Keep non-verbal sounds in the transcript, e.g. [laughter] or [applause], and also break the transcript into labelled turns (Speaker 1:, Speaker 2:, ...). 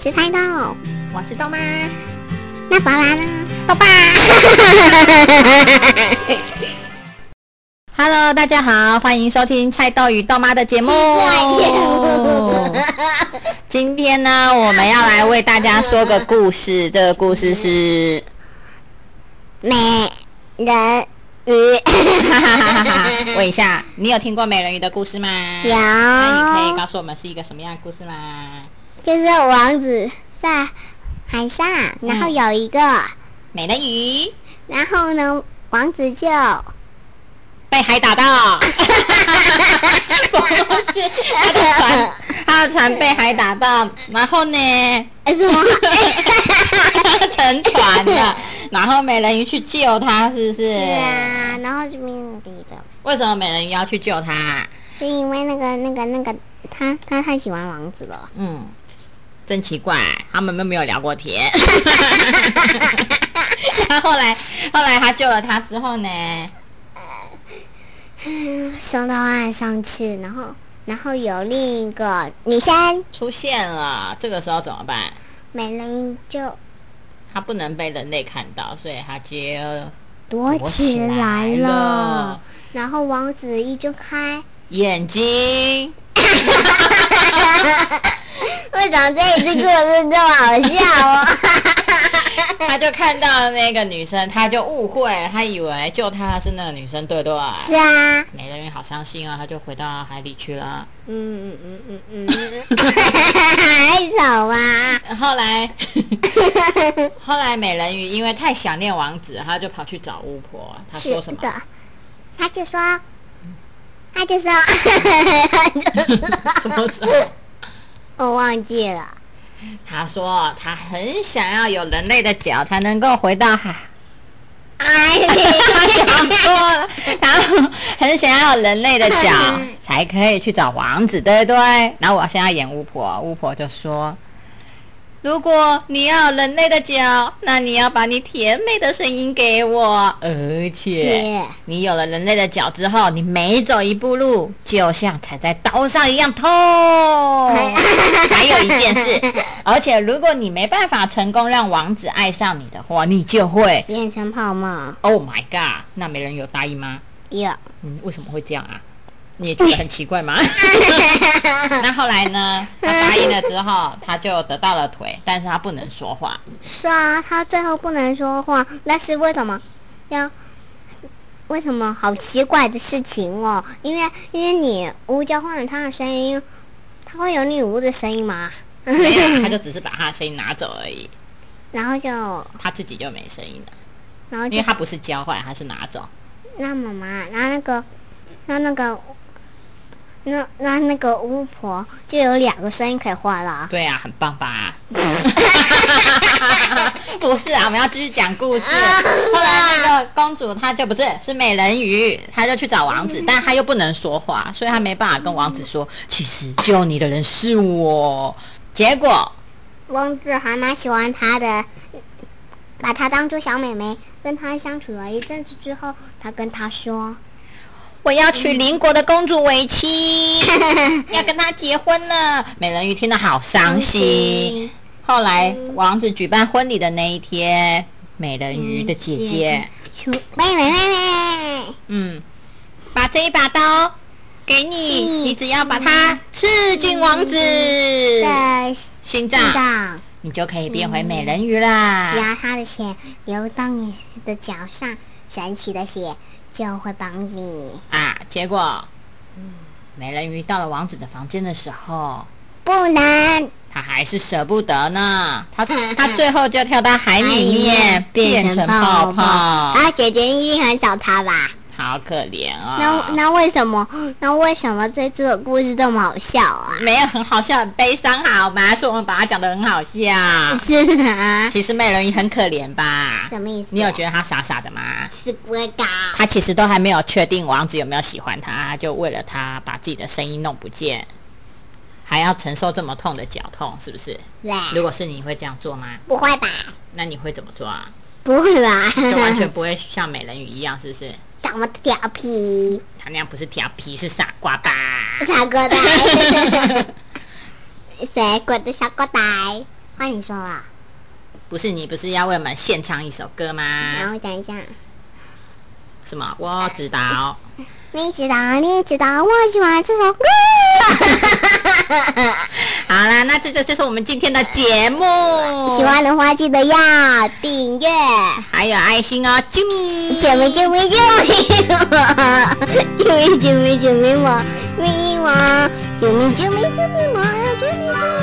Speaker 1: 是菜豆，
Speaker 2: 我是豆妈，
Speaker 1: 那爸爸呢？
Speaker 2: 豆
Speaker 1: [laughs]
Speaker 2: 爸。Hello，大家好，欢迎收听菜豆与豆妈的节目。今天呢，我们要来为大家说个故事，这个故事 [laughs] 是，
Speaker 1: 美人鱼
Speaker 2: 问一下，你有听过美人鱼的故事吗？
Speaker 1: 有
Speaker 2: 那你可以告诉我们是一个什么样的故事吗？
Speaker 1: 就是王子在海上，然后
Speaker 2: 嗯
Speaker 1: 有一个，
Speaker 2: 美人鱼
Speaker 1: 然后呢，王子
Speaker 2: [laughs]
Speaker 1: 就哎
Speaker 2: 被海打到， [laughs] 不是 [laughs] 他的船，他的船被海打到，然后呢？
Speaker 1: 呃什 [laughs]
Speaker 2: [laughs]
Speaker 1: 么
Speaker 2: 沉船了，然后美人鱼去救他，是不是？
Speaker 1: 是啊，然后就没有理了，
Speaker 2: 为什么美人鱼要去救他？
Speaker 1: 是因为那个那个那个他他太喜欢王子 [laughs] 了。
Speaker 2: 嗯，真奇怪，他们都没有聊过天。那后来，后来他救了他之后呢？
Speaker 1: 嗯送到岸上去，然后然后有另一个女生
Speaker 2: 出现了，这个时候怎么办？
Speaker 1: 美人鱼就
Speaker 2: 他不能被人类看到，所以他就
Speaker 1: 躲起来
Speaker 2: 躲起来
Speaker 1: 了
Speaker 2: 了。
Speaker 1: 然后王子一睁开， [laughs]
Speaker 2: 眼睛。
Speaker 1: 为什么这一次故事这么好笑 [laughs] 啊？
Speaker 2: 哦他就看到那个女生，他就误会，他以为救他的是那个女生，对不对？
Speaker 1: [laughs] 是啊，
Speaker 2: 美人鱼好伤心啊，他就回到海里去了。
Speaker 1: 嗯嗯嗯嗯嗯嗯 [laughs] 嗯，还走 [laughs] 啊？
Speaker 2: 后来， [laughs] 后来美人鱼因为太想念王子，他就跑去找巫婆。他说什么？嗯
Speaker 1: 是的，他就说，他就说，
Speaker 2: [laughs] 什么时候？
Speaker 1: [laughs] 我忘记
Speaker 2: [laughs]
Speaker 1: 了。
Speaker 2: 他说他很想要有人类的脚才能够回到海。 [laughs]
Speaker 1: 哎，
Speaker 2: 想多了，他很想要有人类的脚才可以去找王子，对不对？然后我现在演巫婆，巫婆就说。如果你要有人类的脚，那你要把你甜美的声音给我。而且
Speaker 1: 是
Speaker 2: 你有了人类的脚之后，你每走一步路，就像踩在刀上一样痛。还有一件事，而且如果你没办法成功让王子爱上你的话，你就会
Speaker 1: 变成泡沫
Speaker 2: Oh my god！那没人有答应吗？
Speaker 1: 有，
Speaker 2: 嗯，为什么会这样啊？你也觉得很奇怪吗？ [laughs] 那后来呢？他答应了之后，他就得到了腿，但是他不能说话。
Speaker 1: 是啊，他最后不能说话，但是为什么要？为什么好奇怪的事情哦？因为因为女巫交换了他的声音，他会有女巫的声音吗？
Speaker 2: 没有，他就
Speaker 1: [laughs]
Speaker 2: 只是把他的声音拿走而已，
Speaker 1: 然后就
Speaker 2: 他自己就没声音了，
Speaker 1: 然后啊
Speaker 2: 因
Speaker 1: 就
Speaker 2: 为他不是交换，他是拿走。
Speaker 1: 那妈妈，那那个，那那个，那那那个巫婆就有两个声音可以换了啊。
Speaker 2: 对啊，很棒 [laughs] 吧？不是啊，我们要继续讲故事。后来那个公主她就不是是美人鱼，她就去找王子，但她又不能说话，所以她没办法跟王子说，其实救你的人是我。结果
Speaker 1: 王子还蛮喜欢她的，把她当做小妹妹，跟她相处了一阵子之后，他跟她说，
Speaker 2: 我要娶邻国的公主为妻，要跟她结婚了。美人鱼听了好伤心。嗯后来王子举办婚礼的那一天，美人鱼的嗯姐姐，
Speaker 1: 求妹妹妹妹，
Speaker 2: 嗯，把这一把刀给你，
Speaker 1: 嗯
Speaker 2: 你只要把它刺进王子
Speaker 1: 的
Speaker 2: 心
Speaker 1: 嗯心
Speaker 2: 脏，
Speaker 1: 脏，嗯
Speaker 2: 你就可以变回美人鱼啦。
Speaker 1: 只要她的血流到你的脚上，神奇的血就会帮你。
Speaker 2: 啊，结果嗯美人鱼到了王子的房间的时候，
Speaker 1: 不能。
Speaker 2: 他还是舍不得呢。
Speaker 1: [laughs]
Speaker 2: 他他最后就跳到海里面，变成泡泡，
Speaker 1: 啊，姐姐一定很找他吧？
Speaker 2: 好可怜哦
Speaker 1: 那。那为什么？那为什么这次的故事这么好笑啊？
Speaker 2: 没有很好笑，很悲伤好吗？是我们把它讲的很好
Speaker 1: [laughs]
Speaker 2: 笑。
Speaker 1: 是啊，
Speaker 2: 其实美人鱼很可怜吧？
Speaker 1: 什么意思啊
Speaker 2: 你有觉得她傻傻的吗？
Speaker 1: 是龟嘎。
Speaker 2: 她其实都还没有确定王子有没有喜欢她，就为了她把自己的声音弄不见，还要承受这么痛的绞痛，是不是？如
Speaker 1: 对，
Speaker 2: 果是你会这样做吗？
Speaker 1: 不会吧？
Speaker 2: 那你会怎么做啊？
Speaker 1: 不会吧？
Speaker 2: 就完全
Speaker 1: [laughs]
Speaker 2: 不会像美人鱼一样，是不是？
Speaker 1: 这么调皮，
Speaker 2: 他那样不是调皮，是傻瓜吧？
Speaker 1: 傻瓜呆，谁管的傻瓜呆？换你说啊了，
Speaker 2: [laughs] 不是你不是要为我们献唱一首歌吗？
Speaker 1: 然后等一下，
Speaker 2: 什么？我知道。
Speaker 1: 你知道，你知道，我喜欢这首歌。
Speaker 2: [laughs] 好啦，那这就就是我们今天的节目。
Speaker 1: 喜欢的话记得要订阅，
Speaker 2: 还有爱心哦，啾咪，
Speaker 1: 救命救命救命我！救命救命救命我！救命我！救命救命救命我！救命救命！